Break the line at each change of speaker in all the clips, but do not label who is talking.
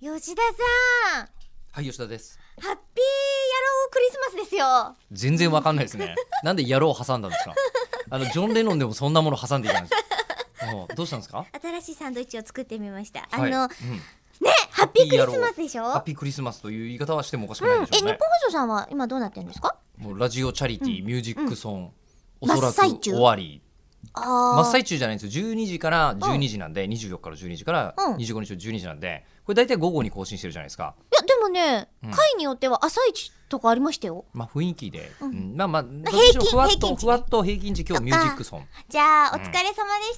吉田さん
はい吉田です
ハッピー野郎クリスマスですよ
全然わかんないですねなんで野郎挟んだんですかあのジョン・レノンでもそんなもの挟んでいたんですもうどうしたんですか
新しいサンドイッチを作ってみました、
はい
あの
うん
ねハッピークリスマスでしょ
ハッピークリスマスという言い方はしてもおかしく
うん、
な
え
いでし
日
ょう
本
ね
放、送さんは今どうなってるんですか
もうラジオチャリティー、ミュージックソン、
ん
おそら
真っ最
く
中
終わり
あ
真っ
ー
最中じゃないんですよ12時から12時なんで、24日から12時から
うん
25日の12時なんでこれ大体午後に更新してるじゃないですか
いやでもね、
うん
回によっては朝一とかありましたよ
まあ雰囲気で、
うん
うんまあまあどっ
あ
ちにしろふわっ
平均平均値ね
とふわっと平均値今日ミュージックソン
じゃあお
うん
疲れ様でし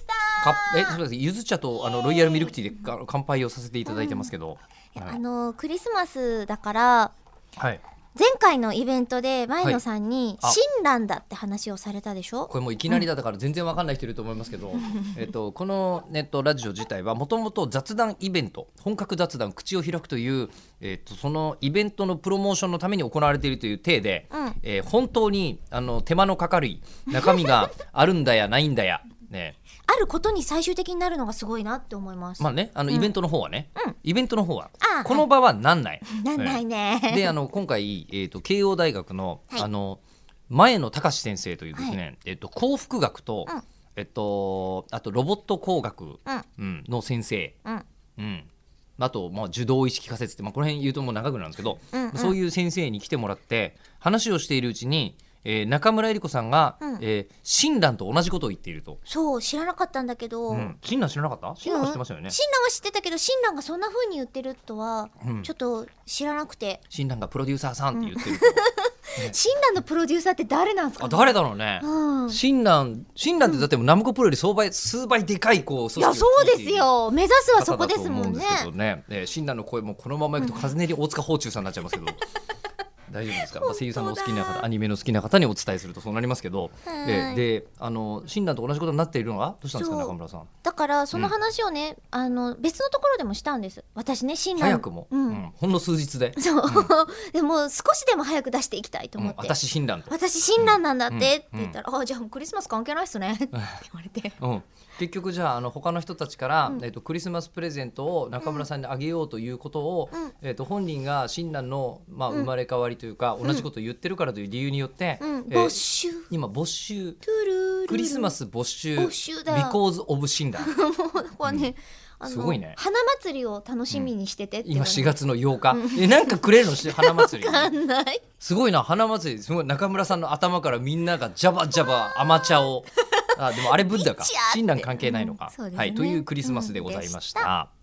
た、
カップえそうですゆず茶とあのロイヤルミルクティーでか乾杯をさせていただいてますけど、はい
あのクリスマスだから
はい、
前回のイベントで前野さんに
はいあ
親鸞だって話をされたでしょ、
これもういきなりだったから全然わかんない人いると思いますけど、えっと、このネットラジオ自体はもともと雑談イベント本格雑談口を開くという、えっと、そのイベントのプロモーションのために行われているという体で、
うん
えー本当にあの手間のかかるい中 身があるんだやないんだや。ね、
あることに最終的になるのがすごいなって思います、
まあねあのイベントの方はね、
うん
イベントの方は
あはい
この場はなんない。
なんないね、
であの今回、えー、と慶応大学の,、
はい
あの前野隆先生というですね、えっと幸福学と、
うん
えっと、あとロボット工学、
うん
うんの先生、
うん
うん、あと、まあ、受動意識仮説って、まあ、この辺言うともう長くなるんですけど、
うんうん
そういう先生に来てもらって話をしているうちに、えー中村江里子さんが、
うん
えー親鸞と同じことを言っていると。
そう知らなかったんだけど、
うん、親鸞知らなかった親鸞は知ってましたよね、
親鸞は知ってたけど親鸞がそんな風に言ってるとは
うん
ちょっと知らなくて
親鸞がプロデューサーさんって言ってると、
親鸞のプロデューサーって誰なんですか
あ
ね
誰だろ うね、
うん、い
親鸞親鸞ってだってナムコプロより相倍数倍でかいこう組織を
やそうですよ目指すは
率
そ
いている方
こで
だと
す
思
も
うんん
ね
ですけどねえー親鸞の声もこのままいくと完全に大塚芳忠さんになっちゃいますけど大丈夫ですか、まあ、声優さんのお好き
本
な
当
方
だ
アニメの好きな方にお伝えするとそうなりますけどえ
はい
ーであの親鸞と同じことになっているのはどうしたんですか
そう
中村さん
だからその話をね、あの別のところでもしたんです私ね親鸞
早くも、
うん
うんほんの数日で、
そう、 でも少しでも早く出していきたいと
うん
思って、
私親鸞と、
私親鸞なんだって
う
っ
ん
て言ったら「あじゃあクリスマス関係ないっすね」って言われて
うん、結局じゃああの他の人たちから、
うん
えっとクリスマスプレゼントを中村さんにあげようということを、
うん
えっと本人が親鸞の、まあ、
うん
生まれ変わりというか、同じことを言ってるからという理由によって、
「うん
えー
没収」ト
今没収
ゥルルル
クリスマス没収
没収だ
because of 親 鸞
もうだからね、あの
すごいね
花祭りを楽しみにしててって言
今
われて
4月の8日、えなんかくれるのし花祭り
わかん ない
すごいな花祭りすごい中村さんの頭からみんながジャバジャバアマチャをあでもあれブッダか
ピチャーって
親鸞関係ないのか、
うんそうですね
はいというクリスマスでございました。